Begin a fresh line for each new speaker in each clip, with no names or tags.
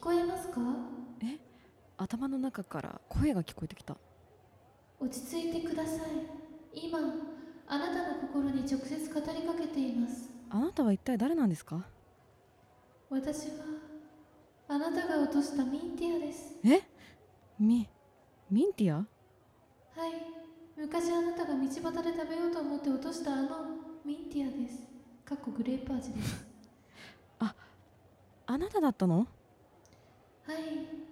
こえますか
え頭の中から声が聞こえてきた
落ち着いてください今あなたの心に直接語りかけています
あなたは一体誰なんですか
私はあなたが落としたミンティアです
えミミンティア
はい昔あなたが道端で食べようと思って落としたあのミンティアですかっこグレープ味です
あなただったの
はい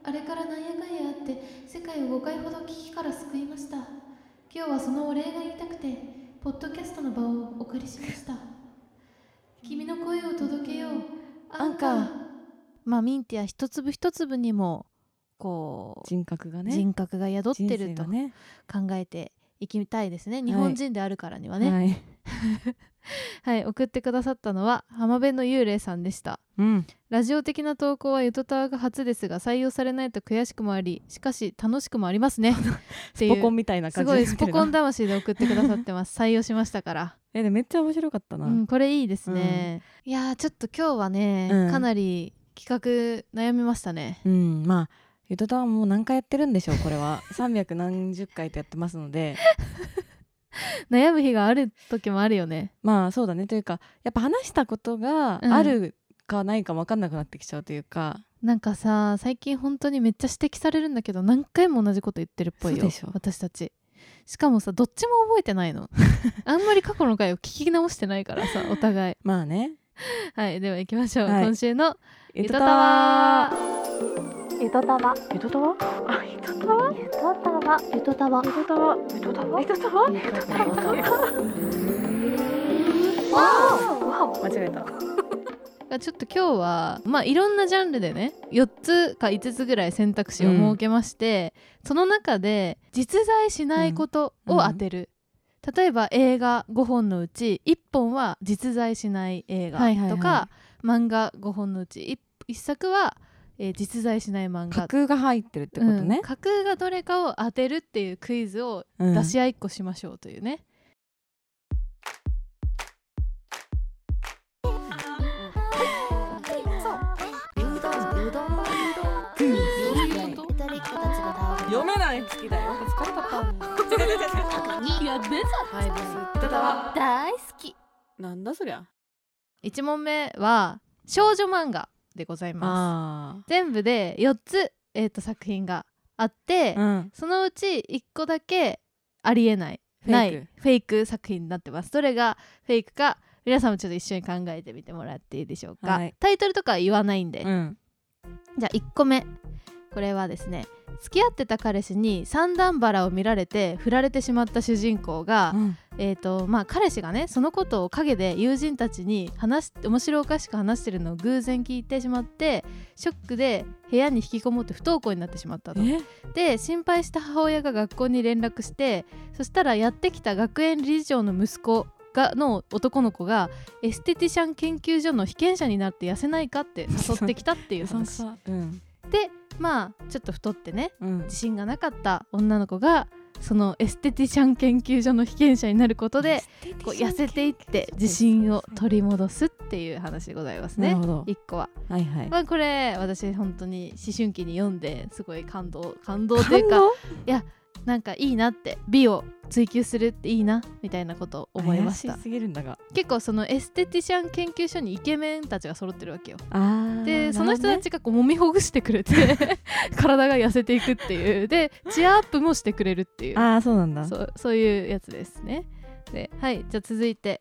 あれからなんやかんやあって世界を5回ほど危機から救いました今日はそのお礼が言いたくてポッドキャストの場をお借りしました君の声を届けようアンカー
アンカまあミンティア一粒一粒にもこう
人格がね
人格が宿ってる
人生
と
が
考
ね
えていきたいですね日本人であるからにはねはい、
はい、
送ってくださったのは浜辺の幽霊さんでした
うん、
ラジオ的な投稿はゆとたわが初ですが採用されないと悔しくもありしかし楽しくもあります ねって
ス
いう
ポコンみたいな
す
感じ
ご
に
い
な
ス
って
ポ
る
コン
な
魂で送ってくださってます採用しましたから
えでめっちゃ面白かったな、
うん、これいいですね、いやーちょっと今日はね、
うん
かなり企画悩みました ね
うん、まあゆとたはもう何回やってるんでしょうこれは 300何十回とやってますので
悩む日がある時もあるよね
まあそうだねというかやっぱ話したことが
うん
あるかないか分かんなくなってきちゃうというか、
なんかさ最近本当にめっちゃ指摘されるんだけど何回も同じこと言ってるっぽい
そう
よ
でしょ
私たちしかもさどっちも覚えてない のあんまり過去の回を聞き直してないからさお互い
まあね
はいでは行きましょう、
はい
今週の
ゆ
と
と
た
た
わ
わ
ゆとたわ
ゆとたわ
ゆとたわゆとたわゆとたわゆとたわゆとたわゆとたわ
間違えた
がちょっと今日はまあいろんなジャンルでね4つか5つぐらい選択肢を設けまして、その中で実在しないことを当てる、例えば映画5本のうち1本は実在しない映画とか、
はいはいは
漫画5本のうち 1, 作は、えー実在しない漫画
架空が入ってるってこと
うん
ね、
架空がどれかを当てるっていうクイズを
うん
出し合いっこしましょうというね、
読めない月だよ疲れ
大好き
なんだそりゃ
1問目は少女漫画でございます
あ
全部で4つ、えー、と作品があって、
あうん
そのうち1個だけありえないない
フェイク
フェイク作品になってますどれがフェイクか皆さんもちょっと一緒に考えてみてもらっていいでしょうか、
はい
タイトルとかは言わないんで、
うん
じゃあ1個目これはですね付き合ってた彼氏に三段バラを見られて振られてしまった主人公が、
うん
えーとまあ、彼氏がねそのことを陰で友人たちに話し面白おかしく話してるのを偶然聞いてしまってショックで部屋に引きこもって不登校になってしまったと。
え
で心配した母親が学校に連絡してそしたらやってきた学園理事長の息子がの男の子がエステティシャン研究所の被験者になって痩せないかって誘ってきたって いう
うさんく
話。
さうん
でまあちょっと太ってね
うん
自信がなかった女の子がそのエステティシャン研究所の被験者になることでこう痩せていって自信を取り戻すっていう話でございます
なる
ね
ほど
一個は、
はいはい
まあ、これ私本当に思春期に読んですごい感動感動というかなんかいいなって美を追求するっていいなみたいなことを思いました
怪しすぎるんだが
結構そのエステティシャン研究所にイケメンたちが揃ってるわけよ
あー
でその人た
なるほどね
ちがこう揉みほぐしてくれて 体が痩せていくっていうでチアアップもしてくれるっていう
ああそうなんだ
そうそういうやつですねではいじゃあ続いて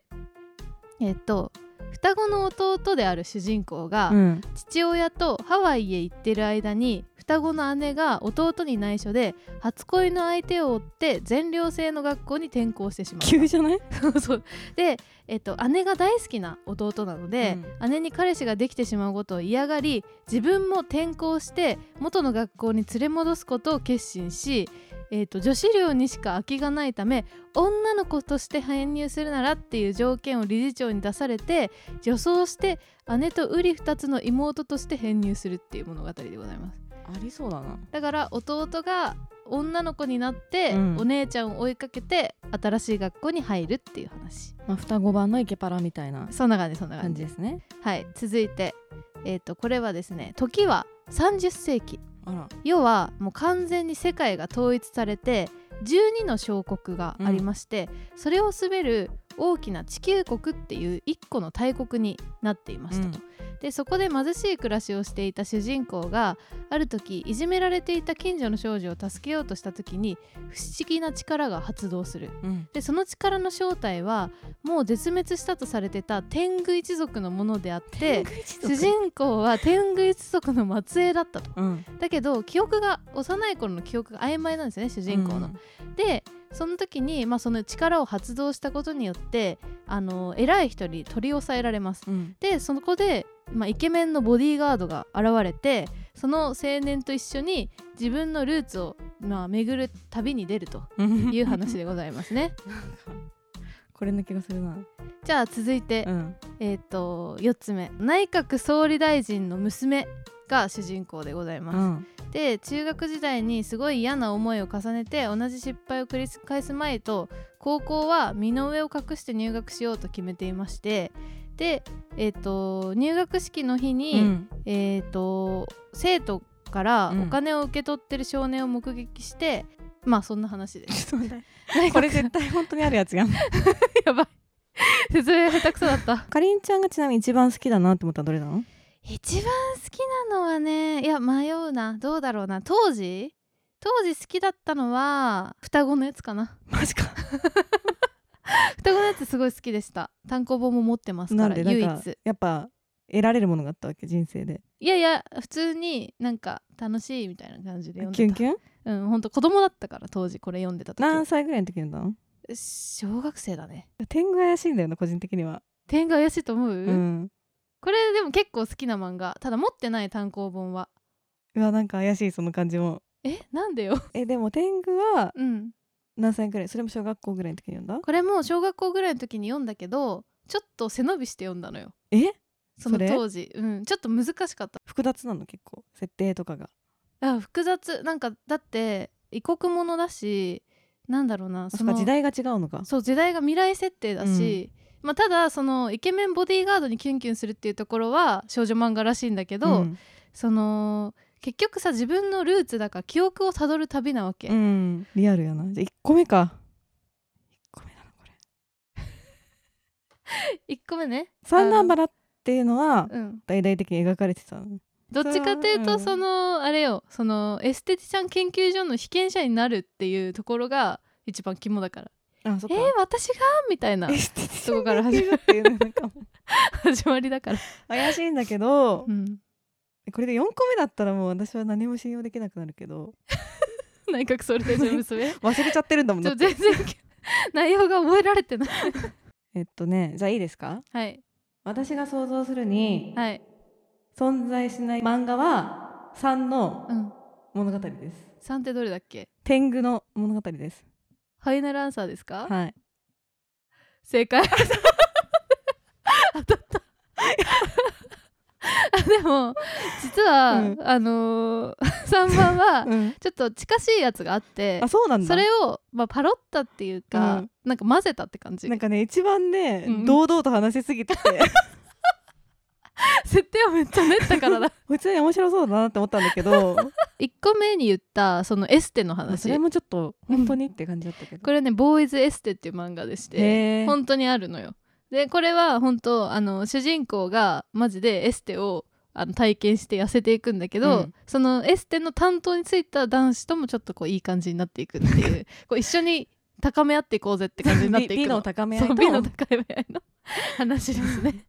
えっと双子の弟である主人公が、
うん
父親とハワイへ行ってる間に双子の姉が弟に内緒で初恋の相手を追って全寮制の学校に転校してしま
急
っ
じゃない
た そうそうで、えっと、姉が大好きな弟なので、姉に彼氏ができてしまうことを嫌がり自分も転校して元の学校に連れ戻すことを決心し、えっと女子寮にしか空きがないため女の子として編入するならっていう条件を理事長に出されて女装して姉と瓜二つの妹として編入するっていう物語でございます
ありそうだな
だから弟が女の子になって、
うん
お姉ちゃんを追いかけて新しい学校に入るっていう話
まあ双子版のイケパラみたいな
そんな感じそんな感
感
じ
じですね
はい続いて、えー、とこれはですね「時は30世紀
あら
要はもう完全に世界が統一されて12の小国がありまして、それを滑る大きな地球国っていう1個の大国になっていましたと。でそこで貧しい暮らしをしていた主人公がある時いじめられていた近所の少女を助けようとした時に不思議な力が発動する。
うん
でその力の正体はもう絶滅したとされてた天狗一族のものであって主人公は天狗一族の末裔だったと。
うん
だけど記憶が幼い頃の記憶が曖昧なんですよね主人公の。でその時に、まあ、その力を発動したことによってあの偉い人に取り押さえられます。
うん
でそこで、まあ、イケメンのボディーガードが現れてその青年と一緒に自分のルーツを、まあ、巡る旅に出ると
うん
いう話でございます ね。
これの気がするな
じゃあ続いて、
うん
えっ、と4つ目内閣総理大臣の娘が主人公でございます。
うん
で中学時代にすごい嫌な思いを重ねて同じ失敗を繰り返す前と高校は身の上を隠して入学しようと決めていましてで、えっと入学式の日
う
に、
ん
えっと生徒から
うん
お金を受け取ってる少年を目撃して、まあそんな話です
。ちょっと待ってこれ絶対本当にあるやつやん
やばい説明下手くそだった。
かりんちゃんがちなみに一番好きだなって思ったのどれなの
一番好きなのはねいや迷うなどうだろうな当時当時好きだったのは双子のやつかな
マジか
双子のやつすごい好きでした単行本も持ってますか
なん
ら
でなん
唯
か
一
やっぱ得られるものがあったわけ人生で
いやいや普通になんか楽しいみたいな感じで読ん
キュ
で
ン
た
キュン
うんほんと子供だったから当時これ読んでた
何
時
歳ぐらいの時読んだの
小学生だね
天狗怪しいんだよな個人的には
点が怪しいと思う、
うん
これでも結構好きな漫画ただ持ってない単行本は
うわなんか怪しいその感じも
えなんでよ
えでも天狗は
うん
何歳ぐらいそれも小学校ぐらいの時に読んだ
これも小学校ぐらいの時に読んだけどちょっと背伸びして読んだのよ
え
その
それ
当時うんちょっと難しかった
複雑なの結構設定とかが
あ複雑なんかだって異国ものだしなんだろうな
そっか時代が違うのか
そう時代が未来設定だし、まあ、ただそのイケメンボディーガードにキュンキュンするっていうところは少女漫画らしいんだけど、
うん
その結局さ自分のルーツだから記憶をたどる旅なわけ、
うんリアルやなじゃ1個目か1個目だなこれ
1個目ね
三段バラっていうのは
うん
大々的に描かれてたの
どっちかという
そうう
と
ん
その、あれよそのエステティシャン研究所の被験者になるっていうところが一番肝だから
あそっ
え
か
ー、私がみたいな
エステティシャン
そこから始まる
っていうのなんかもう
始まりだから、
怪しいんだけど
うん、
これで4個目だったらもう私は何も信用できなくなるけど
内閣総理大臣の娘ち
忘れちゃってるんだもん
ょ
な
全然内容が覚えられてない
えっとねじゃあいいですか
はい
私が想像するに、
はい、
存在しない漫画は3の
うん、
物語です
3ってどれだっけ
天狗の物語です
ファイナルアンサーですか、
はい
正 解当たった あでも実は、
うん
あのー、3番 は
うん
ちょっと近しいやつがあって
あそうなんだ
それを、まあ、パロったっていうか、
うん
なんか混ぜたって感じ
なんかね一番ね、
うん
堂々と話しす ぎてて
設定をめっちゃ練ったからだ
普通に面白そうだなって思ったんだけど
1個目に言ったそのエステの
まあそ
話
れもちょっと本当にって感じだったけど
これね「ボーイズエステ」っていう漫画でし
へ
て
ー
本当にあるのよでこれは本当あの主人公がマジでエステをあの体験して痩せていくんだけど、
うん
そのエステの担当についた男子ともちょっとこういい感じになっていくっていう こう一緒に高め合っていこうぜって感じになっていく
美美の高め合い
そ
と
う美の高め合いの 話です ね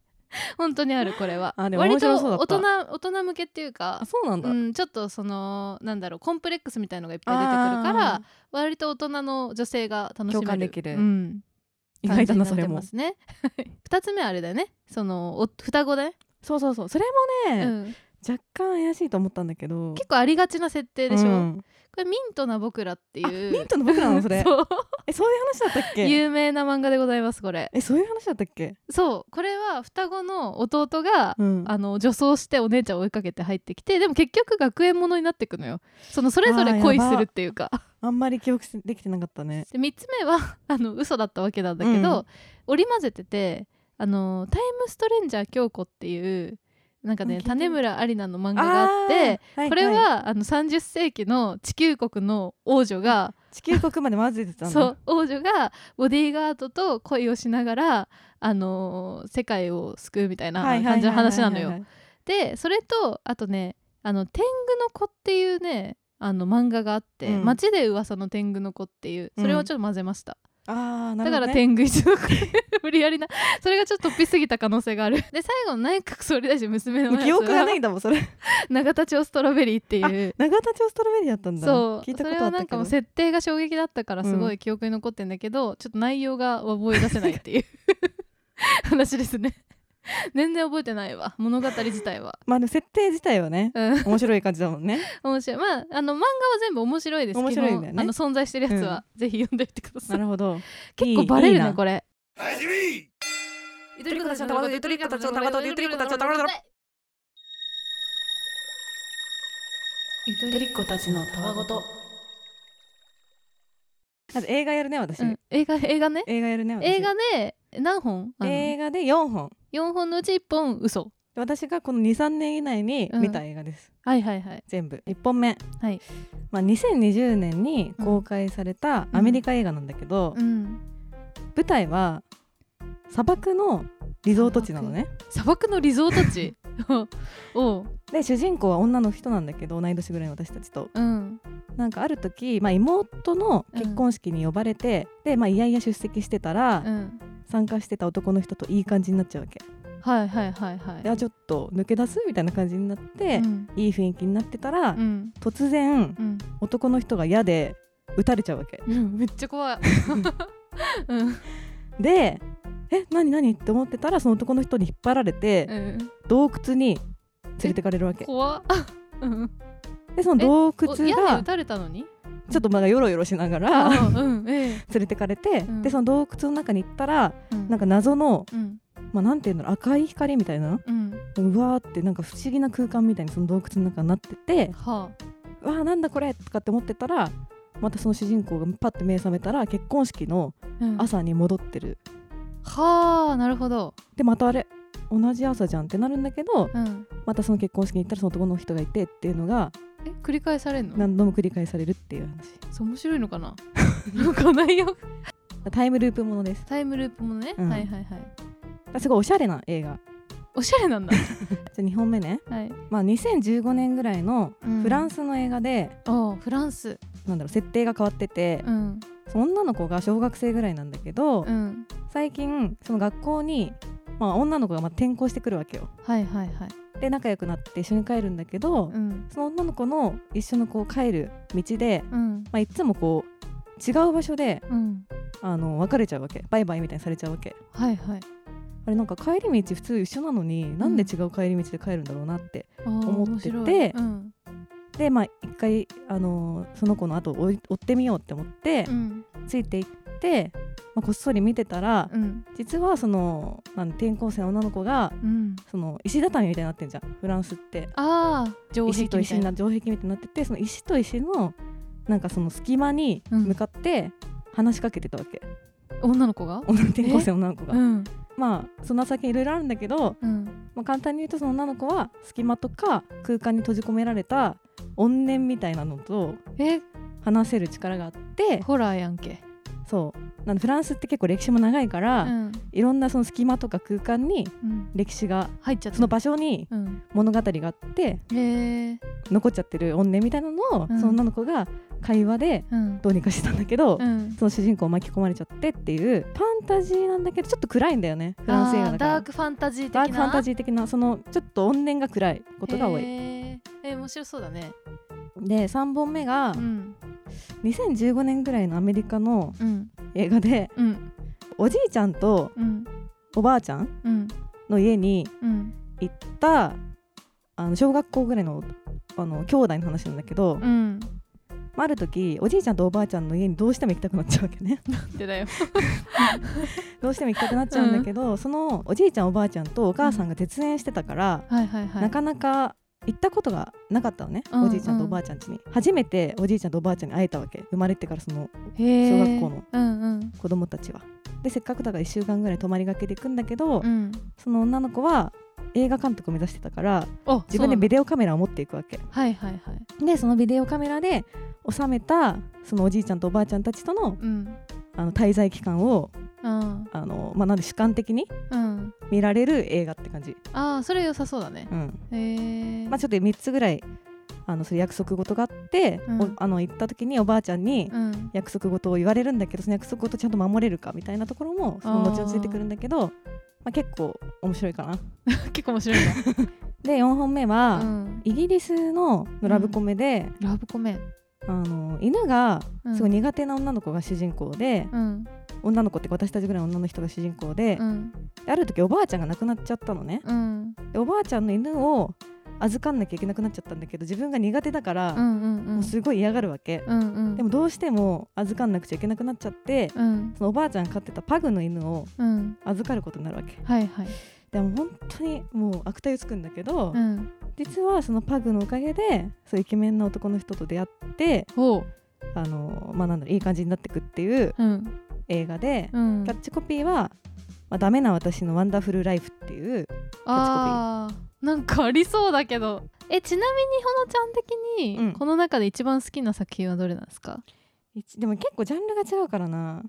本当にあるこれは
あでも
割
面白
と
そうだ
大
った
人大人向けっていうか
あ、そうなんだ、
うん、ちょっとそのなんだろうコンプレックスみたいのがいっぱい出てくるから割と大人の女性が楽しめる
共感でき
う
る
ん、
意外だな
感
そ
じにって
れも
ますね 二つ目はあれだよねそのお双子だね、
そうそうそうそれも
う
ね、
ん、
若干怪しいと思ったんだけど
結構ありがちな設定でしょ、
うん
これミントな僕らってい
あ
う
ミントの僕らなのそ れ
そう
えそういう話だったっけ
有名な漫画でございますこれ
えそういう話だったっけ
そうこれは双子の弟が、
うん
あの女装してお姉ちゃんを追いかけて入ってきてでも結局学園ものになってくのよそのそれぞれ恋するっていうか
あんまり記憶しできてなかったね
で3つ目は あの嘘だったわけなんだけど、
うん
織り交ぜててあのタイムストレンジャー京子っていうなんか
う
ね
ん聞いてみ
種村有奈の漫画があって
あーいい
これはあの30世紀の地球国の王女が
地球国まで混ぜてたんだ
そう王女がボディーガードと恋をしながらあのー世界を救うみたいな
はいはいはいはいは
感
い
じの話なのよ。でそれとあとね「あの天狗の子」っていうねあの漫画があって「
うん
街で噂の天狗の子」っていうそれをちょっと混ぜました、
あー
だ
なるほ
か
ど
ら
ね
天狗一族無理やりな それがちょっと突飛すぎた可能性があるで最後の内閣総理大臣娘の
もう記
やつ
憶がない
は
んだもんそ れ
永田町ストロベリーっていう
長田町ストロベリーだったんだ
そう
聞いた
そ
こ
れ
とあ
は
った
なん
け
か
ど
もう設定が衝撃だったからすご
う
い記憶に残ってんだけど、ちょっと内容が覚え出せないっていう 話ですね 全然覚えてないわ物語自体は
まあでも設定自体はね
うん
面白い感じだも んね
面白いまああの漫画は全部面白いです
面白いんだ
基
よね
本あの存在してるやつは、ぜひ読んでみてくださ
ないるほど
結構バレるね
いいいいな
これ
ゆとりっ子たちの卵ゆとりっ子たちの卵ゆとりっ子たちの卵ゆとりっ子たちの卵と
あと映画やるね私、
うん映画映画ね
映画やるね私
映画で何本あんの
映画で4本
4本のうち1本嘘
私がこの23年以内に見た映画です、
はいはいはい
全部1本目、
はい
まあ、2020年に公開されたアメリカ映画なんだけど、
うん
舞台は砂漠のリゾート地なのね
砂漠のリゾート地 おう
で主人公は女の人なんだけど同い年ぐらいの私たちと
うん
なんかある時、まあ、妹の結婚式に呼ばれて、で、まあ、いやいや出席してたら、
うん
参加してた男の人といい感じになっちゃうわけ
はいはいはいはい
であちょっと抜け出すみたいな感じになって、
うん
いい雰囲気になってたら、
うん
突然
うん
男の人が嫌で撃たれちゃうわけ
うんめっちゃ怖い うん
でえ何何って思ってたらその男の人に引っ張られて、
うん
洞窟に連れてかれるわけ
怖 っうん
でその洞窟
お嫌で
が
撃たれたのに
ちょっとまだヨロヨロしながら連
あうんえ
れてかれて、
うん
でその洞窟の中に行ったら
え
なんか謎の、
うん
まあ、なんていうんだろう赤い光みたいな
うん
うわーってなんか不思議な空間みたいにその洞窟の中になってて
は
うわーなんだこれとかって思ってたらまたその主人公がパッて目覚めたら結婚式の
あ、うん
朝に戻ってる
はあなるほど、
でまたあれ同じ朝じゃんってなるんだけど
うん、
またその結婚式に行ったらその男の人がいてっていうのが
え繰り返されるの
何度も繰り返されるっていう話
そう面白いのかな なんか内容
タイムループものです
タイムループもね、
うん
はいはいはい
すごいおしゃれな映画
おしゃれ なんだ
じゃあ2本目ね、
はい
まあ、2015年ぐらいの
うん
フランスの映画で、
おフランス
なんだろう設定が変わってて
う、ん
その女の子が小学生ぐらいなんだけど、
うん
最近その学校に、まあ、女の子がまあ転校してくるわけよ
はいはいはい
で仲良くなって一緒に帰るんだけど、
うん
その女の子の一緒のこう帰る道で、
うん
まあ、いつもこう違う場所で
うん
あの別れちゃうわけバイバイみたいにされちゃうわけ
はいはい
あれなんか帰り道普通一緒なのになんで違う帰り道で帰るんだろうなって、思
思
ってて
うん
でまあ一回、あのーその子の後を追い追ってみようって思って
うん
ついていって、まあ、こっそり見てたら
うん
実はその、まあ、転校生の女の子が
うん
その石畳みたいになってんじゃんフランスって
ああ城壁
石
み
と
たい
石な城壁みたいになっててその石と石のなんかその隙間に
うん
向かって話しかけてたわけ、
女の子が
女の転校生の女の子が、
うん
まあその先いろいろあるんだけど、
うん
まあ、簡単に言うとその女の子は隙間とか空間に閉じ込められた怨念みたいなのと
え
話せる力があって
ホラーやんけ
そうなんでフランスって結構歴史も長いから、
うん
いろんなその隙間とか空間に
うん
歴史が
入っちゃった
その場所に
うん
物語があって
へえ
残っちゃってる怨念みたいなのを、
うん
その女の子が会話で
うん
どうにかしてたんだけど、
うん
その主人公を巻き込まれちゃってっていうファンタジーなんだけどちょっと暗いんだよねフランス映画だか
あーダ
ら
ークファンタジー的な
ダークファンタジー的なそのちょっと怨念が暗いことが多い
へーえー面白そうだね
で3本目が
うん
2015年ぐらいのアメリカの
うん
映画で
うん
おじいちゃんと
うん
おばあちゃん
うん
の家に
うん
行ったあの小学校ぐらいのあの兄弟の話なんだけど、
うん
まあ、ある時おじいちゃんとおばあちゃんの家にどうしても行きたくなっちゃうわけね
でだよ
どうしても行きたくなっちゃうんだけど、そのおじいちゃんおばあちゃんとお母さんが絶縁してたから、
はいはいはい
なかなか行ったことがなかったのね、
うんうん
おじいちゃんとおばあちゃん家に初めておじいちゃんとおばあちゃんに会えたわけ生まれてからその
へー
小学校の
うんうん
子供たちはでせっかくだから1週間ぐらい泊まりがけで行くんだけど、
うん、
その女の子は映画監督を目指してたから
あ
自分でビ
オ
デオカメラを持っていくわけ
はいはいはい、
でそのビデオカメラで収めたそのおじいちゃんとおばあちゃんたちとの
うん、
あの滞在期間を
あ
あの、まあ、なんで主観的に
ー、うん、
見られる映画って感じ、
あーそれ良さそうだね
う、ん
へえ、
まあ、ちょっと3つぐらいあのそれ約束事があって、
うん
おあの行った時におばあちゃんに
うん、
約束事を言われるんだけどその約束事ちゃんと守れるかみたいなところもその後々出てくるんだけどまあ、結構面白いかな。
結構面白いん
で4本目
だ、
は、
うん、
イギリスのラブコメで、
ラブコメ、
あの犬が
うん
すごい苦手な女の子が主人公で、
うん、
女の子って私たちぐらいの女の人が主人公で,で、
うん、
ある時おばあちゃんが亡くなっちゃったのね、
うん、
でおばあちゃんの犬を預かんなきゃいけなくなっちゃったんだけど自分が苦手だから、
うん、うん、う
も
ん
う、すごい嫌がるわけ、
うん、うん、
でも、どうしても預かんなくちゃいけなくなっちゃって、
うん、
そのおばあちゃんが飼ってたパグの犬を
うん、
預かることになるわけ
はいはい、
でも本当にもう悪態をつくんだけど、
うん、
実はそのパグのおかげでそうイケメンな男の人と出会って
ほう、
あの、まあ、なんだろういい感じになってくっていう
うん、
映画で、
うん
キャッチコピーは「まあ、ダメな私のワンダフルライフ」っていう
あーなんかありそうだけどえちなみにほのちゃん的に、
うん
この中で一番好きな作品はどれなんですか
一でも結構ジャンルが違うからな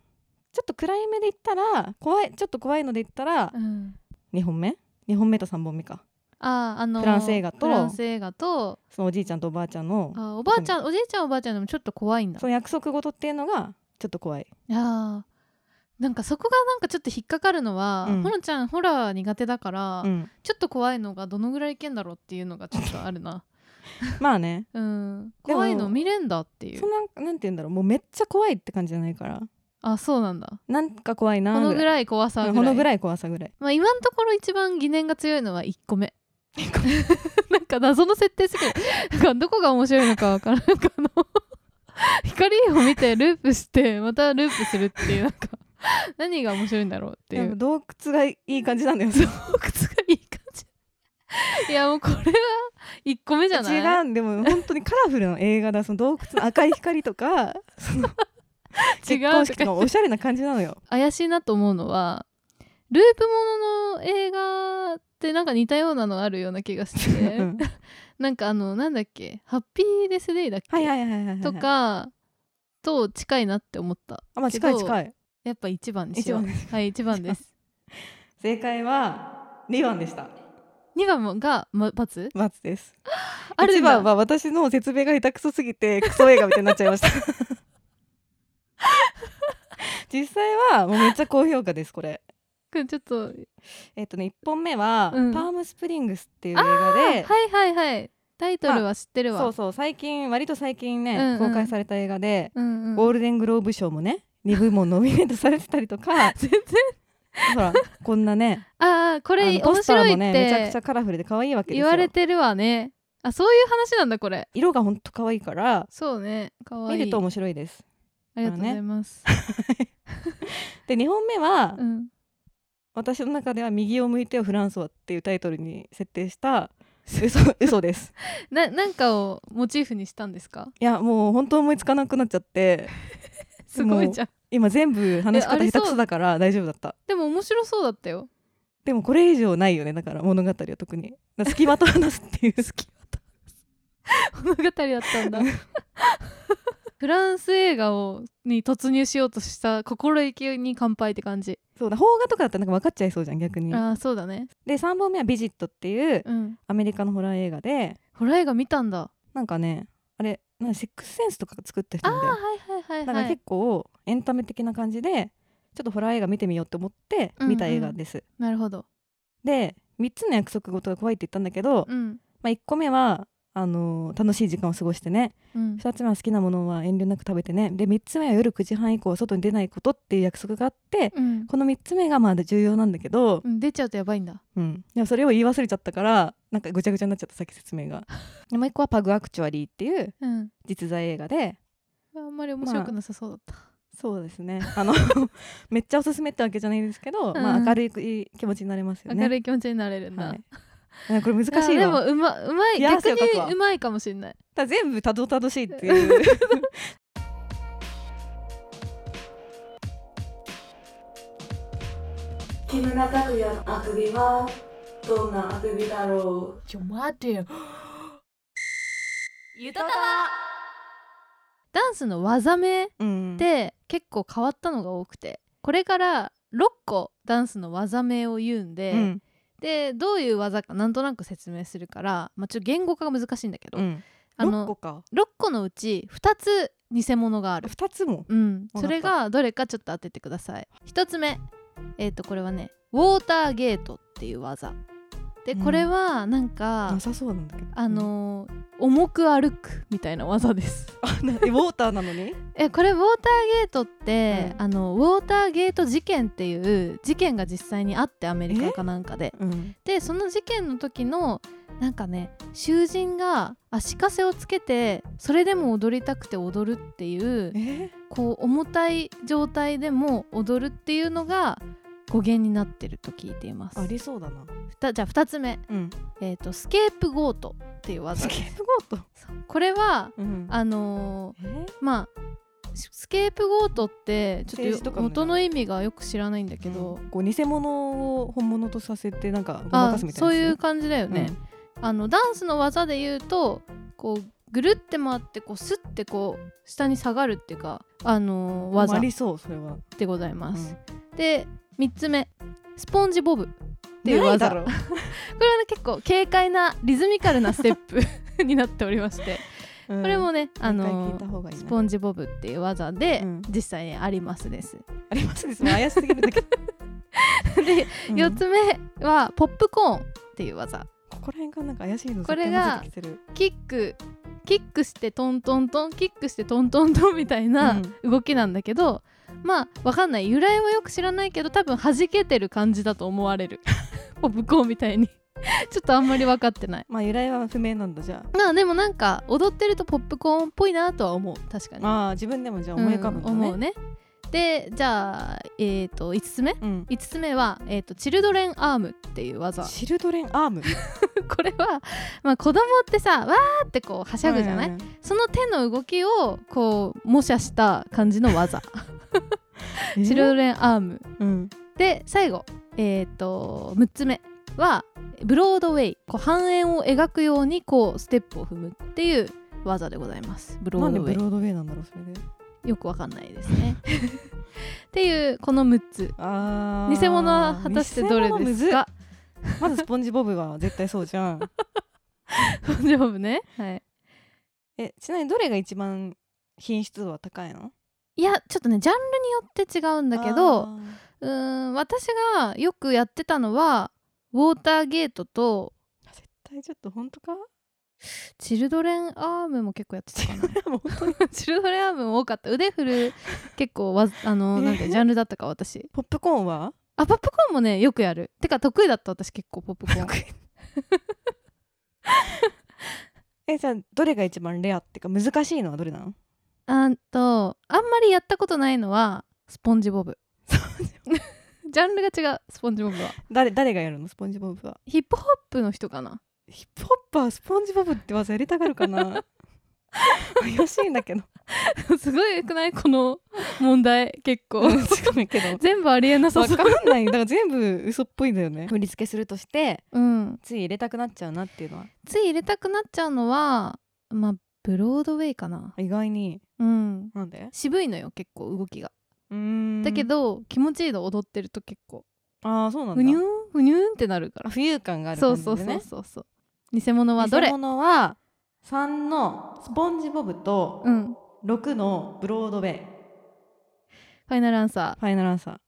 ちょっと暗い目で言ったら怖いちょっと怖いので言ったら
ん
2本目2本目と3本目か
あーあのー
フランス映画と
フランス映画と
そのおじいちゃんとおばあちゃんの
あーおばあちゃんおじいちゃんおばあちゃんでもちょっと怖いんだ
その約束事っていうのがちょっと怖い
あーなんかそこがなんかちょっと引っかかるのは、
うん
ほのちゃんホラー苦手だから、
うん
ちょっと怖いのがどのぐらいいけんだろうっていうのがちょっとあるな
まあね
うん
でも
怖いの見れんだっていう
そんななんて言うんだろうもうめっちゃ怖いって感じじゃないから
あそうなんだ
なんか怖いな
この
ー
ぐらい怖さぐらい
このぐらい怖さぐらい
まあ、今のところ一番疑念が強いのは1個目。 なんか謎の設定すぎる。なんかどこが面白いのかわからんかの 光を見てループしてまたループするっていうなんか何が面白いんだろうってい
でも
う
洞窟がいい感じなんだよそう
靴がいい感じ。いやもうこれは1個目じゃない
違うんでも本当にカラフルな映画だその洞窟の赤い光と かその結婚式のおしゃれな感じなのよ
怪しいなと思うのはループものの映画ってなんか似たようなのあるような気がして て、
うん
なんかあのなんだっけハッピーデスデイだっけ、
はいはいはいはいはい
とかと近いなって思った
あまあ近い近い
やっぱ一番にしよう
一番で
はい一番です
正解は2番でした
二番もが、ま、×
バツです
ある
1
んだ
番は私の説明が下手くそすぎてクソ映画みたいになっちゃ いました実際はもうめっちゃ高評価ですこれ
くんちょっと
えっとね1本目は、
うん
パームスプリングスっていう映画
あ
で、
はいはいはいタイトルは知ってるわ、
そうそう最近割と最近ね、
うんうん
公開された映画で、
うんうん
ゴールデングローブ賞もね2部門ノミネートされてたりとか
全然
ほらこんなね
ああこれ
あのポ
面
スタ
白い
ー
っ
もねめちゃくち
て
ゃカラフルで可愛いわけです
言
よ
われてるわねあそういう話なんだこれ
色がほんと可愛いから
そうねかわいい
見ると面白いです
ありがとうございます、
で2本目は、
うん
私の中では「右を向いてよフランソワ」っていうタイトルに設定した嘘嘘です
ななんかをモチーフにしたんですか
いやもう本当思いつかなくなっちゃって
すごいじゃん
今全部話し
えあ
方
りそ
下手
う
くそだから大丈夫だった
でも面白そうだったよ
でもこれ以上ないよねだから物語は特にだから隙間と話すってい う隙
物語だったん だフランス映画をに突入しようとした心意気に乾杯って感じ、
そうだ邦画とかだったらなんか分かっちゃいそうじゃん逆に
ああそうだね
で3本目は「ビジット」っていう
うん
アメリカのホラー映画で
ホラー映画見たんだ
なんかねあれなんかシックスセンスとか作った人
ああ
なんだよ
はいはい
だ
はい
から
はい
結構エンタメ的な感じでちょっとホラー映画見てみようって思って
うんうん
見た映画です、
なるほど
で3つの約束事が怖いって言ったんだけど、
うん
まあ、1個目はあのー楽しい時間を過ごしてね
うん
2つ目は好きなものは遠慮なく食べてねで3つ目は夜9時半以降は外に出ないことっていう約束があって、
うん
この3つ目がまあ重要なんだけど、
うん出ちゃうとやばいんだ
うん、でもそれを言い忘れちゃったからなんかぐちゃぐちゃになっちゃったさっき説明がでもう1個は「パ グ・アクチュアリー」っていう
うん
実在映画で
あんまり面白くなさそうだった、
そうですね。あの めっちゃおすすめってわけじゃないですけど、
ん
まあ明るい気持ちになれますよね。
明るい気持ちになれるんだ、
はい。なんかこれ難しい
やで
わ。
もうまうまい
いや
逆
汗をかくわ
にうまいかもしれない
ただ全部たどたどしいっていう。
木村拓哉のあくびはどんなあくびだろう
ちょ待ってよゆとたわ
ダンスの技名
うん
って結構変わったのが多くてこれから6個ダンスの技名を言うんで、
うん
でどういう技かなんとなく説明するから、まあ、ちょっと言語化が難しいんだけど、
うん、
あ
6
の
個か
6個のうち2つ偽物がある、
2つも
うん、
わかった
それがどれかちょっと当ててください1つ目えっ、とこれはねウォーターゲートっていう技でこれはなんか、
なさそうなんだけど
あのー重く歩くみたいな技です
うん なウォーターなのに
えこれウォーターゲートって、あのウォーターゲート事件っていう事件が実際にあってアメリカかなんかで
うん
でその事件の時のなんかね囚人が足かせをつけてそれでも踊りたくて踊るっていう
え
こう重たい状態でも踊るっていうのが語源になってると聞いています
ありそうだな
ふたじゃあ2つ目、
うん
えー、とスケープゴートっていう技
ス
で
ケ
す
ープゴート
そうこれは
うん
あのー
え
まあススケープゴートってちょっ
政治
と
とかもね
元の意味がよく知らないんだけど、
こう偽物を本物とさせてなんかごま
あ
かすみたいな
そうい
や
う
つ
感じだよ
ね
ね、あのダンスの技で言うとこうぐるって回ってこうスッてこう下に下がるっていうかあのー
うん
技
ありそうそれは
でございます、で3つ目スポンジボブっていう技
ないだろ
これはね結構軽快なリズミカルなステップ になっておりまして
うん
これもね、あ
一回聞
の
いた方がいいな
スポンジボブっていう技で、
うん
実際にあります です
ありますですね怪しすぎるんだけど
で、
うん
4つ目はポップコーンっていう技
ここら辺がなんか怪しいの
これが
絶対混ぜてきてる
キックキックしてトントントンキックしてトントントンみたいな動きなんだけど、まあわかんない由来はよく知らないけど多分弾けてる感じだと思われ るポップコーンみたいにちょっとあんまり分かってない
まあ由来は不明なんだじゃ
まあでもなんか踊ってるとポップコーンっぽいなとは思う確かに
あああ自分でもじゃあ思い浮かぶんだ
うん思う
ね
ねでじゃあえっ、と5つ目
うん
5つ目は、えー、とチルドレンアームっていう技
チルドレンアーム
これは、まあ、子供ってさわーってこうはしゃぐじゃない、
うん
その手の動きをこう模写した感じの技チルドレンアーム
うん
で最後えっ、と6つ目はブロードウェイこう半円を描くようにこうステップを踏むっていう技でございますブロ
な
ー
んで
ドウ
ブ
ェ
ロードウェイなんだろうそれで
イよくわかんないですねっていうこの6つ
あー
偽物は果たしてどれ
偽物む
で
ずっ
すか
まずスポンジボブは絶対そうじゃ ん
大丈夫ねはい
えちなみにどれが一番品質度は高いの
いやちょっとねジャンルによって違うんだけどうーん私がよくやってたのはウォーターゲートと
絶対ちょっと本当か
チルドレンアームも結構やってたかな
もう
チルドレンアームも多かった腕振る結構わあのなんてジャンルだったか私
ポップコーンは
あポップコーンもねよくやるてか得意だった私結構ポップコーン
えじゃあどれが一番レアっていうか難しいのはどれなの
あんとあんまりやったことないのはスポンジボブジャンルが違うスポンジボブは
誰誰がやるのスポンジボブは
ヒップホップの人かな
ヒップホッパースポンジボブって技やりたがるかな 怪しいんだけど
すごいよくないこの問題結構
うんすごいけど
全部ありえなさ
わ
そう
かんないだから全部嘘っぽいんだよ ね振り付けするとして
うん、
つい入れたくなっちゃうなっていうのは
つい入れたくなっちゃうのはまあブロードウェイかな
意外に
うん
なんで
渋いのよ結構動きが、
うーん
だけど気持ちいいの踊ってると結構
ああそうなん
ふにゅー
だ
んふにゅーんってなるから
あ浮遊感がある
そ
感
う
じ
そ
で
う
ね
そうそうそう偽物はどれ
偽物は3のスポンジボブと
うんフ
6のブロードウェイ
ァイナルアンサー
ファイナルアンサー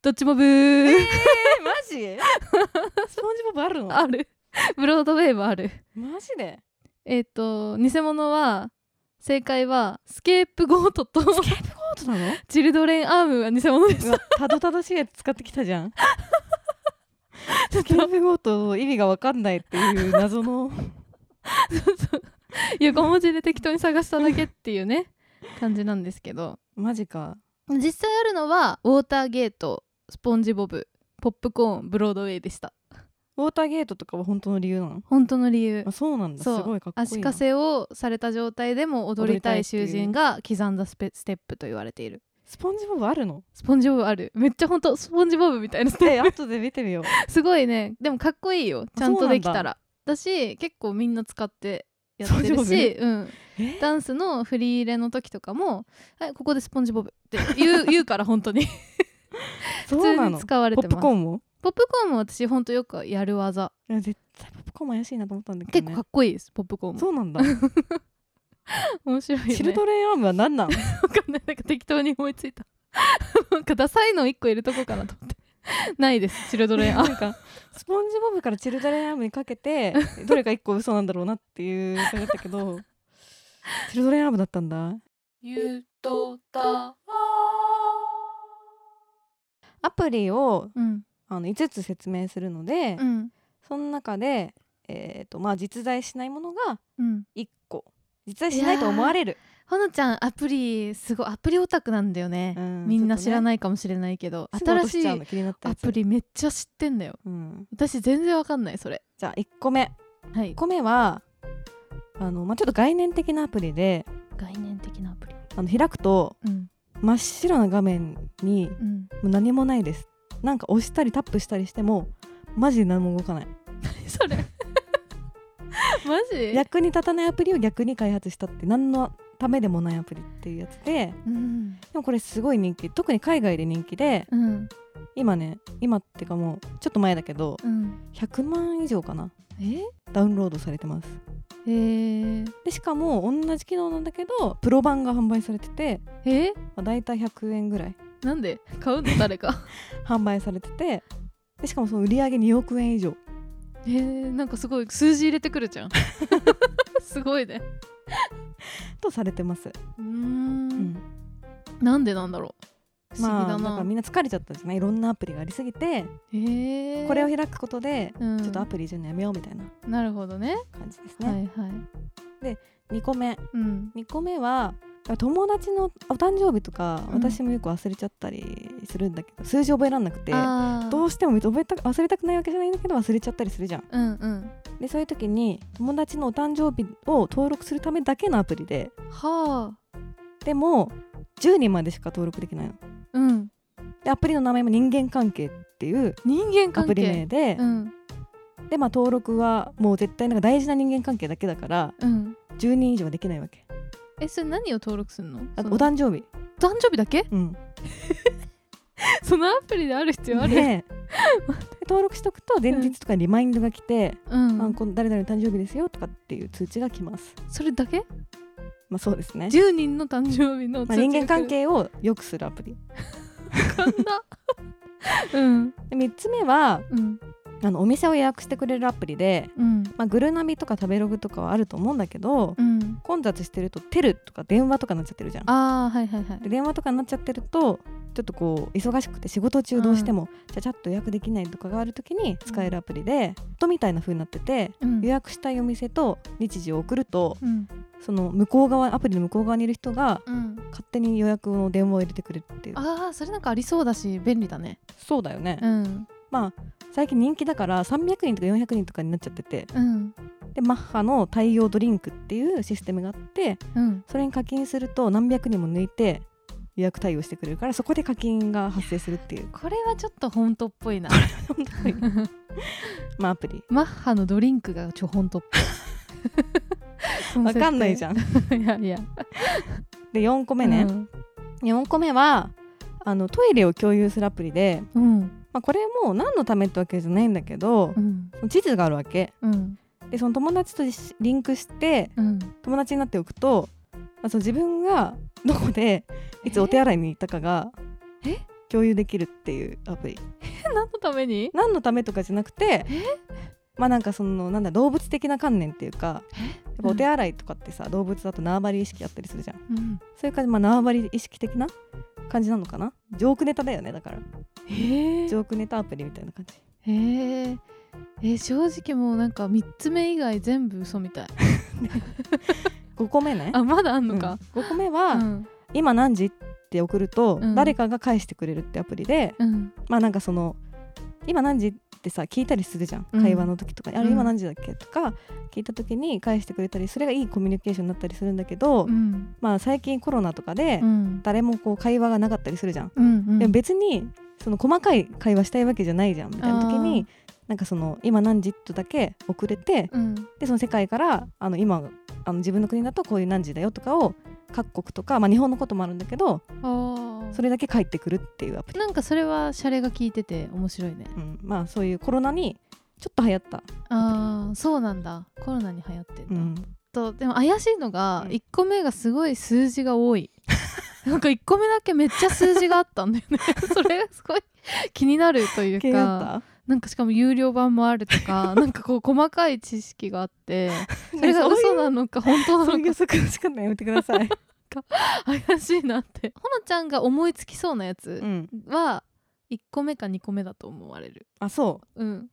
どっちもブー、
えマジ スポンジボブある の
あるブロードウェイもある
マジで
えっ、と偽物は正解はスケープゴートと
コートなの
チルドレンアームは偽物でした
うわたどたどしいやつ使ってきた じゃんスケープゴート意味が分かんないっていう謎の
横文字で適当に探しただけっていうね感じなんですけど
マジか
実際あるのはウォーターゲートスポンジボブポップコーンブロードウェイでした
ウォーターゲートとかは本当の理由なの
本当の理由
あそうなんだす
そう
ごいかっこいいな
足かせをされた状態でも踊りたい囚人が刻んだスペステップと言われている
スポンジボブ あるの
スポンジボブあるめっちゃほんとスポンジボブみたいなステ
え
ップ
後で見てみよう
すごいねでもかっこいいよちゃん
そ
と
うなん
で
だ
きたらだし結構みんな使ってやってる
スポンジ
し、うん、
え
ダンスの振り入れの時とかも「はいここでスポンジボブ」って言う言うから本当に普
そう
通
な
に
の
使われ
ポ
て
ッ
ます
プコーンも
ポップコーンも私ほんとよくやる技
いや絶対ポップコーンも怪しいなと思ったんだけ
結
ど、
構
ね、
かっこいいですポップコーンも
そうなんだ
面白いよね
チルドレンアームは何なん
わかんないなんか適当に思いついたなんかダサいの一個入れとこうかなと思って ないですチルドレンア
なんかスポンジボブからチルドレンアームにかけて どれか一個嘘なんだろうなっていう感じだったけどチルドレンアームだったんだ
ゆとた
アプリを
うん
あの5つ説明するので、
うん
その中で、えーとまあ、実在しないものが
うん
1個実在しないと思われる、
ほのちゃんアプリすごいアプリオタクなんだよね、
うん
みんな
ち
知
ょっとね
らないかもしれないけど、
すぐ
新
落と
し
ち
い
ゃうの気になった
ア
やつ
プ、リめっちゃ知ってんだよ
うん、
私全然わかんないそれ
じゃあ1個目
はい
1個目はあの、まあ、ちょっと概念的なアプリで
概念的なアプリ
あの開くと
うん
真っ白な画面に
うん
もう何もないですなんか押したりタップしたりしてもマジで何も動かない
それ マジ
役に立たないアプリを逆に開発したって何のためでもないアプリっていうやつで
うん
でもこれすごい人気特に海外で人気で
うん
今ね今ってかもうちょっと前だけど
うん
100万以上かな
え
ダウンロードされてます
えー、
でしかも同じ機能なんだけどプロ版が販売されてて、
え
まあ、大体100円ぐらい
なんで買うの誰 か
販売されててでしかもその売り上げ2億円以上
えー、なんかすごい数字入れてくるじ ゃんすごいね
とされてます、
うー
うんん、
なんでなんだろう不思議
まあ
だ
なん
な、
かみんな疲れちゃったんですねいろんなアプリがありすぎて
えー、
これを開くことで
うん
ちょっとアプリ順のやめようみたいな
なるほどね
感じです
は
ね、
いはい
2個目
うん
2個目は友達のお誕生日とか
うん
私もよく忘れちゃったりするんだけど、数字覚えらんなくて
あー
どうしても覚えた忘れたくないわけじゃないんだけど忘れちゃったりするじゃん
うんうん
でそういう時に友達のお誕生日を登録するためだけのアプリで
はあ
でも10人までしか登録できないの
うん
でアプリの名前も人間関係っていう
人間
ア
関
プリ
係
名で、
うん
でまあ登録はもう絶対なんか大事な人間関係だけだから
うん
10人以上はできないわけ
えそれ何を登録するの
あ
そ
と
の
お誕生日
誕生日だ け
うん
そのアプリである必要ある、
で 登録しとくと前日とかにリマインドが来て、
う
あ
ん
この誰々の誕生日ですよとかっていう通知が来ます
それだけ
まあそうですね、
10人の誕生日の
ま
通
あ、
知
人間関
が
係を良くするアプリ
来るかんだ うん
で3つ目は
うん
あのお店を予約してくれるアプリで、
うん
まあ、グルナビとか食べログとかはあると思うんだけど、
うん
混雑してるとテルとか電話とかになっちゃってるじゃん
ああはいはいはい
で電話とかになっちゃってるとちょっとこう忙しくて仕事中どうしてもちゃちゃっと予約できないとかがある時に使えるアプリで、とみたいな風になってて
うん
予約したいお店と日時を送ると
うん
その向こう側アプリの向こう側にいる人が
うん
勝手に予約の電話を入れてくれるっていう
ああそれなんかありそうだし便利だね
そうだよね、
うん
まあ最近人気だから300人とか400人とかになっちゃってて
うん
でマッハの太陽ドリンクっていうシステムがあって
うん
それに課金すると何百人も抜いて予約対応してくれるからそこで課金が発生するっていう
これはちょっと本当っぽいな
まあアプリ
マッハのドリンクがちょ本当っぽい
わかんないじ
ゃ
ゃん
ん いやいや
で4個目ね、4個目はあのトイレを共有するアプリで、
うん
まあ、これも何のためってわけじゃないんだけど、
うん
その地図があるわけ
うん
でその友達としリンクして
うん
友達になっておくと、まあ、その自分がどこでいつお手洗いに行ったかが
え
共有できるっていうアプリ
何のために
何のためとかじゃなくてまあなんかそのなんだ動物的な観念っていうかやっぱお手洗いとかってさ、動物だと縄張り意識あったりするじゃん
うん
そういう感じ、まあ、縄張り意識的な感じなのかなジョークネタだよねだから
へえ
ジョークネタアプリみたいな感じ
へええ正直もうなんか3つ目以外全部嘘みたい
5個目ね
あまだあんのか
うん、5個目
う
は、
ん
今何時って送ると、
うん
誰かが返してくれるってアプリで
うん
まあなんかその今何時ってさ聞いたりするじゃん、
うん
会話の時とかにあれ
うん
今何時だっけとか聞いた時に返してくれたりそれがいいコミュニケーションになったりするんだけど、
うん
まあ最近コロナとかで
うん
誰もこう会話がなかったりするじゃん、
うんうん
でも別にその細かい会話したいわけじゃないじゃんみたいな時になんかその今何時とだけ遅れて
うん
でその世界からあの今あの自分の国だとこういう何時だよとかを各国とか、まあ、日本のこともあるんだけど
あ
そ
れ
れだけ返ってくるっていうアプリ、
なんかそれはシャレが効いてて面白いね
うん、まあそういうコロナにちょっと流行った、
あーそうなんだコロナに流行ってんだ、
うん、
とでも怪しいのが
うん
1個目がすごい数字が多い なんか1個目だけめっちゃ数字があったんだよね それがすごい気になるという
気に
か
なっ
なんかしかも有料版もあると かなんかこう細かい知識があって
た
そ れが
ね
嘘なのか本当な
そういうそう
の
いう
か
予測しかないやめてくださ い、
怪しいなってほのちゃんが思いつきそうなやつ
うん、
は1個目か2個目だと思われる
あそ
うん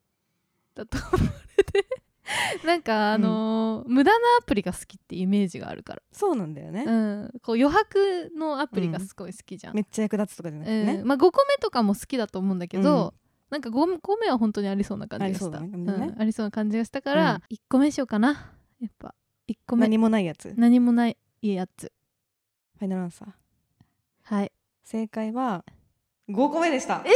だと思われて なんかあのー無駄なアプリが好きってイメージがあるから
うそうなんだよね、
うん、こう余白のアプリがすごい好きじゃん。
めっちゃ役立つとかじゃなくて
うん
ね、
まあ、5個目とかも好きだと思うんだけど、なんか 5, 個目は本当にありそうな感じがした
ありそうだね感じね
んありそうな感じがしたから、
うん
1個目しようかなやっぱ1個目何
何もないやつフ
もないやつ
ァイナルアンサー
はい
正解は5個目でした え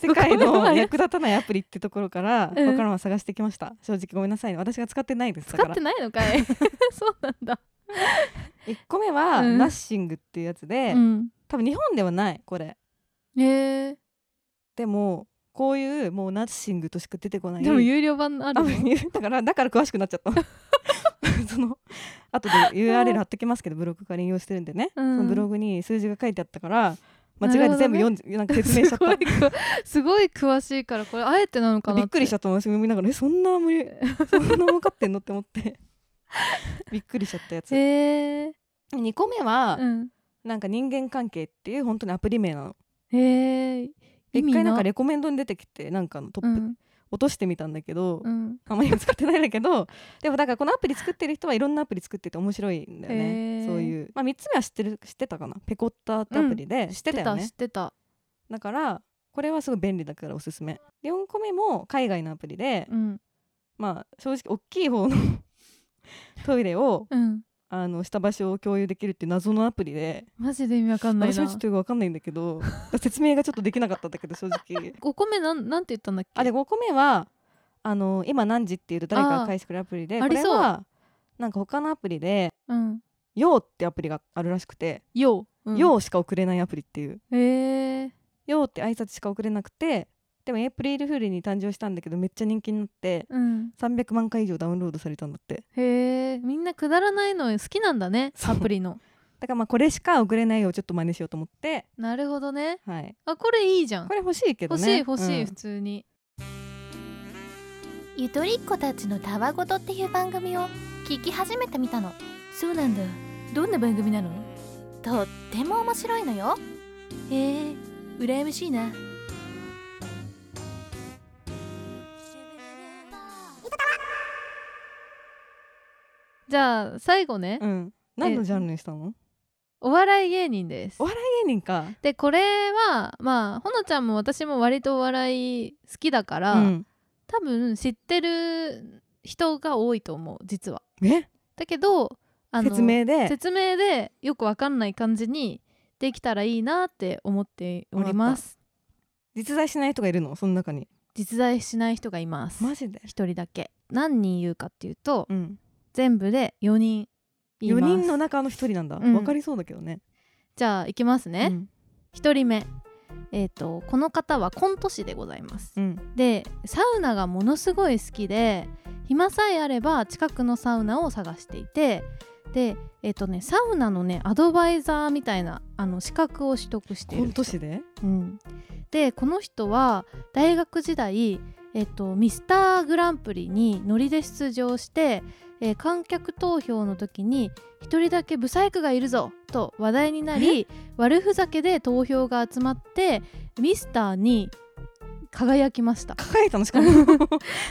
世
5
界
個目
の
は
役立たないアプリってところから、
うん
わからんは探してきました正直ごめんなさいね私が使ってないです
使
だか
っ
ら
てないのかい そうなんだ、
1個目は、
うん
ナッシングっていうやつで、
うん、
多分日本ではないこれ
えー、
でもこういうもうナッシングとしか出てこない
でも有料版ある
あ
の
だからだから詳しくなっちゃった その後で URL 貼っときますけどブログから引用してるんでね、
うん
そのブログに数字が書いてあったから間違えて全部読んじなんか説明しちゃっ
すご
た
いこすごい詳しいからこれあえてなのかな
びっくりしち
ゃ
ゃ
っ
った私も見ながらえそんな無 理そんな儲かってんのって思ってびっくりしちゃったやつ、
てえ
2個目は、
ーうん、
なんか人間関係っていう本当にアプリ名なの
えー、意
一
味
回なんかレコメンドに出てきてなんかのト
う
ップ、
ん
落としてみたんだけど、
うん
あんまり今使ってないんだけどでもだからこのアプリ作ってる人はいろんなアプリ作ってて面白いんだよね、
へー
そういう、まあ、3つ目は知ってる知ってたかなペコッタってアプリで、知ってたよ
知っ
ね
てた
だからこれはすごい便利だからおすすめ4個目も海外のアプリで、
うん
まあ正直大きい方の トイレを
うん
あのした場所を共有できるっていう謎のアプリで
マジで意味わかんない
私
な
はちょっとよく分かんないんだけど説明がちょっとできなかったんだけど正直
5個目なんなんて言ったんだっけ
あで5個目はあの今何時っていうと誰かが返してくれるアプリ
あ
で
ーあ
こ
り
れ
そう
はなんか他のアプリで
うん
「よう」ってアプリがあるらしくて
よう、
「
ん、
よう」しか送れないアプリっていう
うえー、
「よう」って挨拶しか送れなくてでもエイプリルフールに誕生したんだけどめっちゃ人気になって
うん
300万回以上ダウンロードされたんだって
へえみんなくだらないの好きなんだね
そう
アプリの
だからまあこれしか送れないをちょっと真似しようと思って
なるほどね
はい
あこれいいじゃん
これ欲しいけど
欲
ね
しい欲しい、
うん
普通に
ゆとりっ子たちのたわごとっていう番組を聞き始めてみたのそうなんだどんな番組なのとっても面白いのよへえ羨ましいな
じゃあ最後ね、
うん何のジャンルにしたの
お笑い芸人です
お笑芸人か
でこれはまあほのちゃんも私も割とお笑い好きだから、
うん
多分知ってる人が多いと思う実は
え
だけどあの
説明で
説明でよくわかんない感じにできたらいいなって思っております
実在しない人がいるのその中に
実在しない人がいます
マジで
一人だけ何人言うかっていうと、
うん
全部で4人言い
4
ます
人の中の1人なんだ
うん
わかりそうだけどね
じゃあいきますね、
うん
一人目えっ、とこの方はコント師でございます、
うん
でサウナがものすごい好きで暇さえあれば近くのサウナを探していてでえっ、とねサウナのねアドバイザーみたいなあの資格を取得してい
コ
る
ント師で
うん、でこの人は大学時代、えっと、ミスターグランプリにノリで出場して、えー観客投票の時に「一人だけブサイクがいるぞ!」と話題になり悪ふざけで投票が集まってミスターに輝きました
輝いたのし かも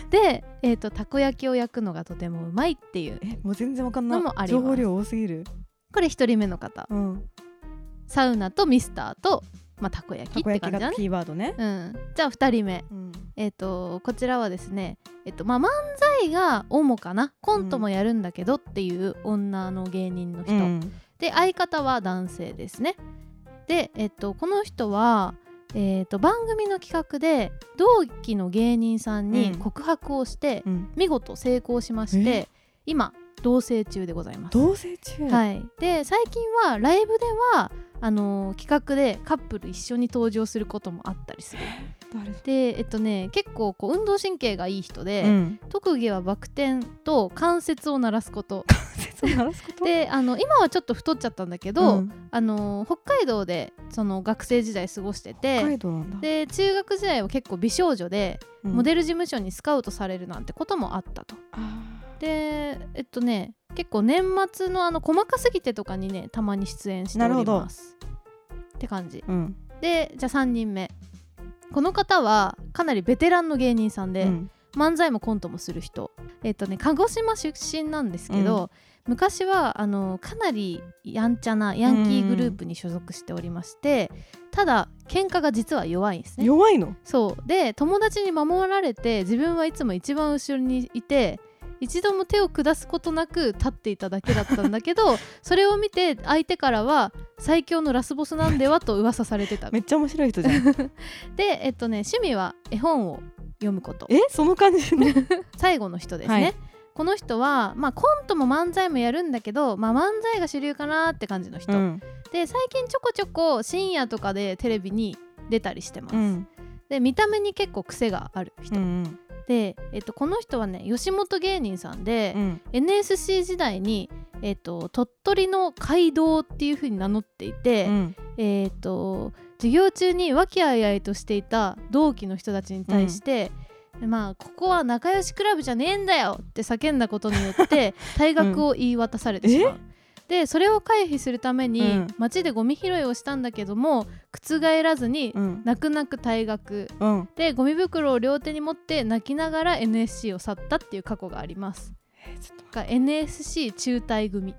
で、えっとたこ焼きを焼くのがとてもうまいっていう
えもう全然わかんな
のもあ
い
りま
情
す
報量多すぎる
これ1人目の方
うん
サウナとミスターとまあ、たこ焼き
た
っ
こ
て
焼き
感じだ
が
ね、
キーワードね。
うん、じゃあ2人目
うん
えっ、とこちらはですねえっ、とまあ漫才が主かなコントもやるんだけどっていう女の芸人の人、
うん
で相方は男性ですねでえっとこの人はえっと番組の企画で同期の芸人さん
う
に
ん
告白をして、
うん
見事成功しまして今同棲中でございます。
同棲中。
はい、で最近はライブではあのー企画でカップル一緒に登場することもあったりする。
誰だ
でえっとね結構こう運動神経がいい人で、
うん。
特技はバク転と関節を鳴らす こと。
節を鳴らすこと。
であの今はちょっと太っちゃったんだけ
う
ど、
ん
あの北海道でその学生時代過ごして
北
て
海道なんだ。
で中学時代は結構美少女で、
うん
モデル事務所にスカウトされるなんてこともあったと。
あ
でえっとね結構年末のあの細かすぎてとかにねたまに出演しております。って感じ
ーうん。
でじゃあ3人目この方はかなりベテランの芸人さんで、
うん
漫才もコントもする人えっとね鹿児島出身なんですけど、昔はあのかなりやんちゃなヤンキーグループに所属しておりまして、ただ喧嘩が実は弱いんですね
弱いの。
そうで友達に守られて自分はいつも一番後ろにいて一度も手を下すことなく立っていただけだったんだ けどそれを見て相手からは最強のラスボスなんではと噂されてた
めっちゃ面白い人じゃん。
でえっとね趣味は絵本を読むこと
え、 その感じね。
最後の人ですね、
はい
この人は、まあ、コントも漫才もやるんだけど、まあ、漫才が主流かなって感じの人、
うん。
で最近ちょこちょこ深夜とかでテレビに出たりしてます、
うん。
で見た目に結構癖がある人、
うん。
で、えっと、この人はね吉本芸人さんで
う、ん。
NSC 時代に、えっと、鳥取の街道っていう風に名乗っていて、
うん
えー、と授業中に和気あいあいとしていた同期の人たちに対して、まあここは仲良しクラブじゃねえんだよって叫んだことによって 退学を言い渡されてしまう。でそれを回避するために、
うん
街でゴミ拾いをしたんだけども覆らずに、
うん。
泣く泣く退学
うん。
でゴミ袋を両手に持って泣きながら NSC を去ったっていう過去があります。
えちょっと
が
待っ
NSC 中退組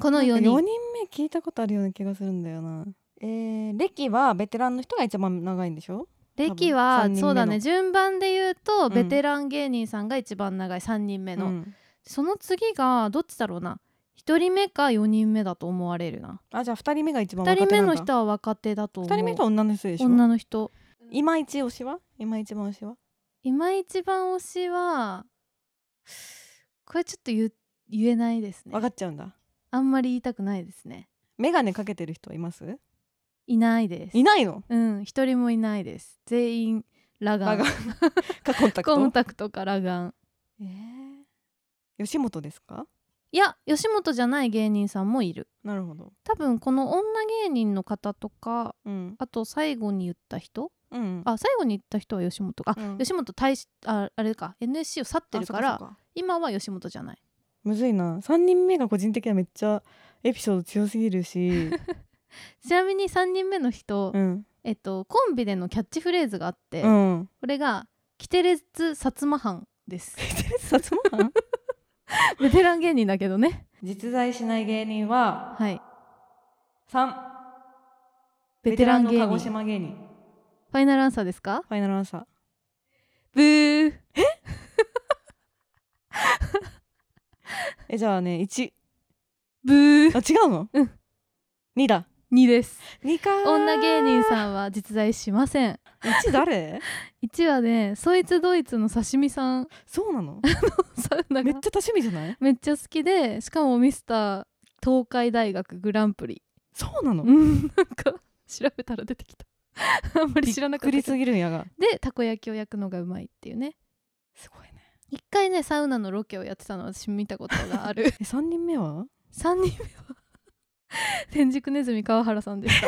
この
て
4
4
人
人目聞いたことあるような気がするんだよな。えー、歴はベテランの人が一番長いんでしょ
歴
多
は
分三人目の
そうだね順番で言う
う
と
ん
ベテラン芸人さんが一番長い3人目の、
うん
その次がどっちだろうな1人目か4人目だと思われるな
あじゃあ2人目が一番
2
若手
人目
なんだ
の人は若手だと思う
二人目と女の人でしょ
女の人
今一推しは今一番推しは
今一番推しはこれちょっと言う言えないですね
分かっちゃうんだ
あんまり言いたくないですね
眼鏡かけてる人はいます
いないです
いないの
うん一人もいないです全員ラガ
あ
ン
がかコンタク
コン
ト
タクトかラガン
えー吉本ですか
いや吉本じゃない芸人さんもいる
なるほど
多分この女芸人の方とか
うん
あと最後に言った人
うん
あ最後に言った人は吉本あ、
うん
吉本大使ああれか NSC を去ってるから
あそっそっ
今は吉本じゃない
むずいな3人目が個人的にはめっちゃエピソード強すぎるし、
ちなみに3人目の人、
うん
えっと、コンビでのキャッチフレーズがあって、
うん、
これが「キテレツ薩摩藩」です
薩摩藩
ベテラン芸人だけどね
実在しない芸人は
はい
3
ベテラン
ベテ
芸
ラの鹿児
人フ
島芸人
ァイナルアンサーですか
ファイナルアンサー
ブー
えじゃあね1
ブー
あ違うの
うん
2だ
2です
2かー
女芸人さんは実在しません
1誰
1はねそいつドイツの刺身さん
そうなの
サウナ
めっ
が
ちゃ多趣味じゃない
めっちゃ好きでしかもミスター東海大学グランプリ
そうなの
うん なんか調べたら出てきた あんまり知らなかった
びっくりすぎるんやが
でたこ焼きを焼くのがうまいっていうね
すごいね
一回ねサウナのロケをやってたの私見たことがある
え3人目は
3人目は天竺ネズミ川原さんで した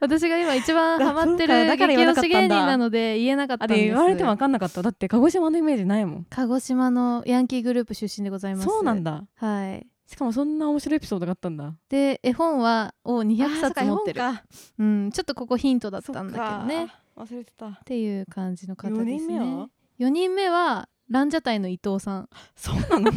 私が今一番ハマって
あそう
る
かだから
激
言
推
わなかった
し
んだ
芸人なので言えなかった
あ
んです
れ言われても分かんなかっただって鹿児島のイメージないもん
鹿児島のヤンキーグループ出身でございます
そうなんだ
はい
しかもそんな面白いエピソードがあったんだ
で絵本はを200冊持ってる
あーそっか
うん、ちょっとここヒントだっ
絵本か
たんだけどねっ
そっか忘れてた
ていう感じの方です
4
ね
人目は
4人目はランジャタイの伊藤さ ん
そうなの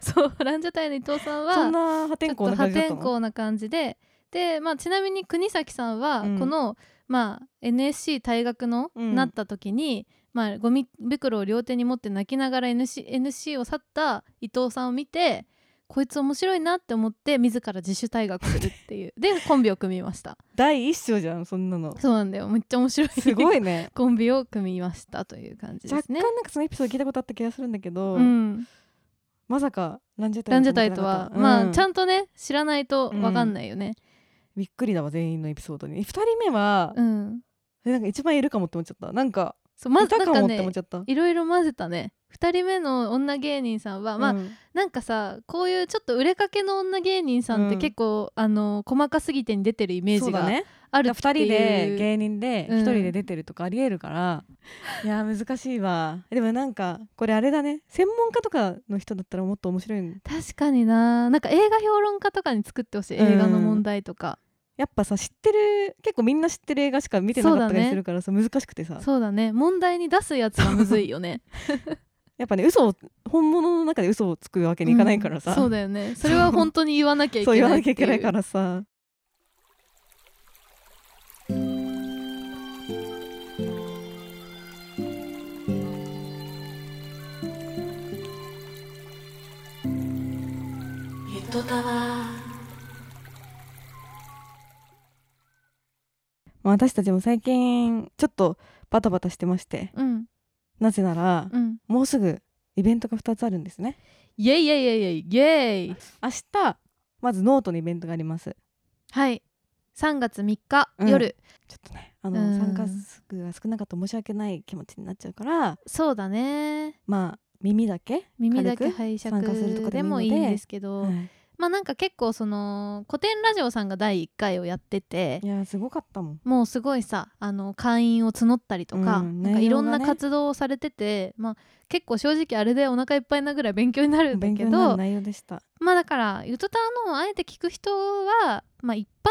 そうランジャタイの伊藤さんは
そんな破
ちょ
天
っ
荒
と
な
破
感じだ
天
ったの
荒な感じでで、まあ、ちなみに国崎さんは、
うん
この、まあ、NSC 退学の、
うん
なった時に、まあ、ゴミ袋を両手に持って泣きながら NC, NC を去った伊藤さんを見てこいつ面白いなって思って自ら自主退学するっていうでコンビを組みま した
第一章じゃんそ んなの
そうなんだよめっちゃ面白い
すごいね
コンビを組みましたという感じで
若
す
干
ね
なんかそのエピソード聞いたことあった気がするんだけど、
うん、
まさかランジェタイ
ランジェタイとは、まあちゃ
と
んとね知らないとわかんないよね
びっくりだわ全員のエピソードに2人目は、
うん、
えなんか一番いるかもって思っちゃったなんか
そうま
い
ず
た
な
か
んか
もって思
ね
っちゃった
いろいろ混ぜたね2人目の女芸人さんは、まあ
うん
なんかさこういうちょっと売れかけの女芸人さんって
うん
結構、あの細かすぎてに出てるイメー
そ
ジ
うだ
が
ね
ある
2
って
人
いう
で芸人で
うん
1人で出てるとかありえるから、いやー難しいわでもなんかこれあれだね専門家とかの人だったらもっと面白いん
確かにななんか映画評論家とかに作ってほしい映画の問題とか、
やっぱさ知ってる結構みんな知ってる映画しか見てなかった
そうだ
り
ね
するからさ、難しくてさ
そうだね問題に出すやつがむずいよ ね
やっぱね嘘を本物の中で嘘をつくわけにいかないからさ、
うんそうだよねそれは本当に言わなきゃい
そう
け
言
な
わ
いっ
なきゃ
て
いけないか
いう
らさ
ヘッドタワー
まあ私たちも最近ちょっとバタバタしてまして
うん
なぜなら、
うん
もうすぐイベントが2つあるんですね
イェイイェイイェイイェイイェイ
明日まずノートのイベントがあります
はい3月3日
うん
夜、
ちょっとねあの、
うん
参加数が少なかったら申し訳ない気持ちになっちゃうから
そうだね
まあ耳だけ
耳だけ
軽く
拝
参加すると
借
か
で
で
も
もい
い
い
い
ので
んですけど、
はい
まあなんか結構その古典ラジオさんが第1回をやってて
いやーすごかったもん
もうすごいさあの会員を募ったりとか,、
うん
なんかいろんな
内容がね
活動をされてて、まあ、結構正直あれでお腹いっぱいなぐらい勉強になるんだ
勉
け
強になる
ど
内容でした
まあだからゆとたわのをあえて聞く人は、まあ、一般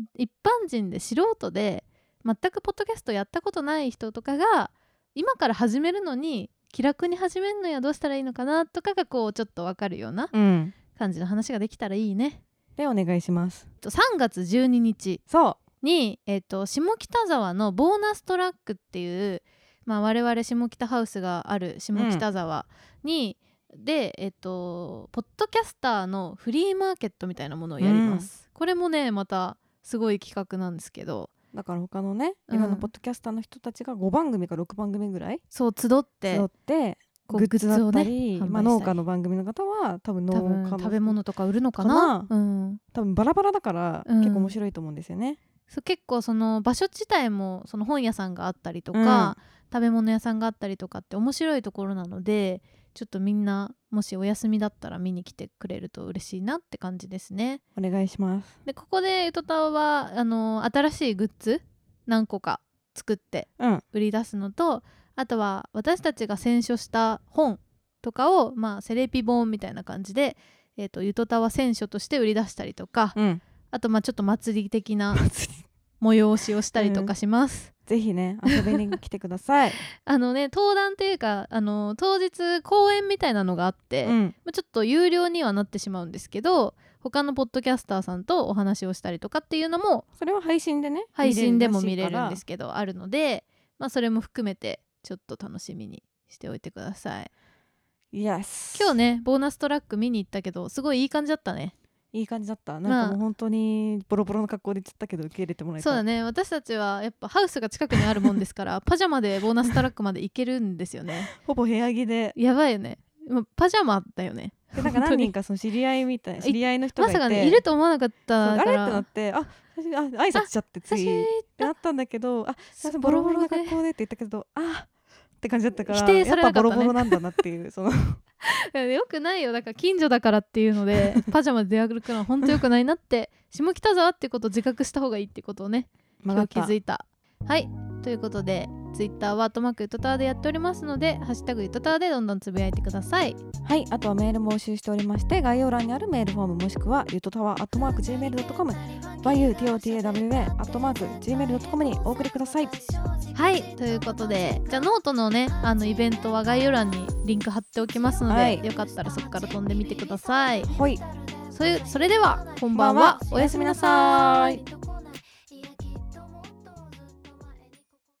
のね一般人で素人で全くポッドキャストやったことない人とかが今から始めるのに気楽に始めるのにはどうしたらいいのかなとかがこうちょっとわかるような
うん
感じの話ができたらいいね。
でお願いします
えっと3月12日
そう
に、えっと下北沢のボーナストラックっていう、まあ、我々下北ハウスがある下北沢に、で、えっとポッドキャスターのフリーマーケットみたいなものをやります。これもねまたすごい企画なんですけど
だから他のね
うん
いろんなポッドキャスターの人たちが5番組か6番組ぐらい
そう集って
集って
こう
グッズだったり、
グッズをね
ま
販売した
あ、
り
農家の番組の方は多分農
多
家
分
の
食べ物とか売るのかな
か
うん、
多分バラバラだから、
うん
結構面白いと思うんですよね。
そう結構その場所自体もその本屋さんがあったりとか、
うん
食べ物屋さんがあったりとかって面白いところなのでちょっとみんなもしお休みだったら見に来てくれると嬉しいなって感じですね。
お願いします。
でここでゆとたわはあの新しいグッズ何個か作って
うん
売り出すのと、あとは私たちが選書した本とかを、まあ、セレピ本みたいな感じで、えー、とゆとたわ選書として売り出したりとか、
うん、
あとまあちょっと祭り的な催しをしたりとかします。
ぜひね遊びに来てく ださい。
あのね登壇っていうかあの当日公演みたいなのがあって、
う
ま
ん、
あちょっと有料にはなってしまうんですけど他のポッドキャスターさんとお話をしたりとかっていうのも
それは配信でね
配信でも見れ
らしいか
る
ら
んですけどあるので、まあ、それも含めてちょっと楽しみにしておいてください
Yes
今日ねボーナストラック見に行ったけどすごいいい感じだったね
いい感じだった
ま
な
あ
んかもう本当にボロボロの格好で言っちゃったけど受け入れてもらえ
そ
た
うだね私たちはやっぱハウスが近くにあるもんですからパジャマでボーナストラックまで行けるんですよ ね
ほぼ部屋着で
やばいよねまあパジャマだよね
でなん か
本当
何
に
人かその知り合いみたい
い
知り合いの人が
ま
いて
さかねいると思わなかっ
そう
た
あ
か
れって
ら
なってあ私あ挨拶しちゃってつ
久しぶり
いってなったんだけどあすいませんボロボロな格好でって言ったけどあって感じだったから
否定されなかったね
やっぱボロボロなんだなってい うその
よくないよだから近所だからっていうの でパジャマで出歩くのは本当よくないなって下北沢ってことを自覚した方がいいってことをね今日気づいたはいということでツイッターは「トマークゆとたわ」でやっておりますので「ハッシュタグゆとたわ」でどんどんつぶやいてください
はい、あとはメールも募集しておりまして、概要欄にあるメールフォームもしくは、ゆとたわ、アットマーク、gmail.com、 yutotwa.gmail.com にお送りください
はいということでじゃあノートのねあのイベントは概要欄にリンク貼っておきますので、
はい
よかったらそこから飛んでみてください
ほい
それそれではこんばんはおやすみなさい
い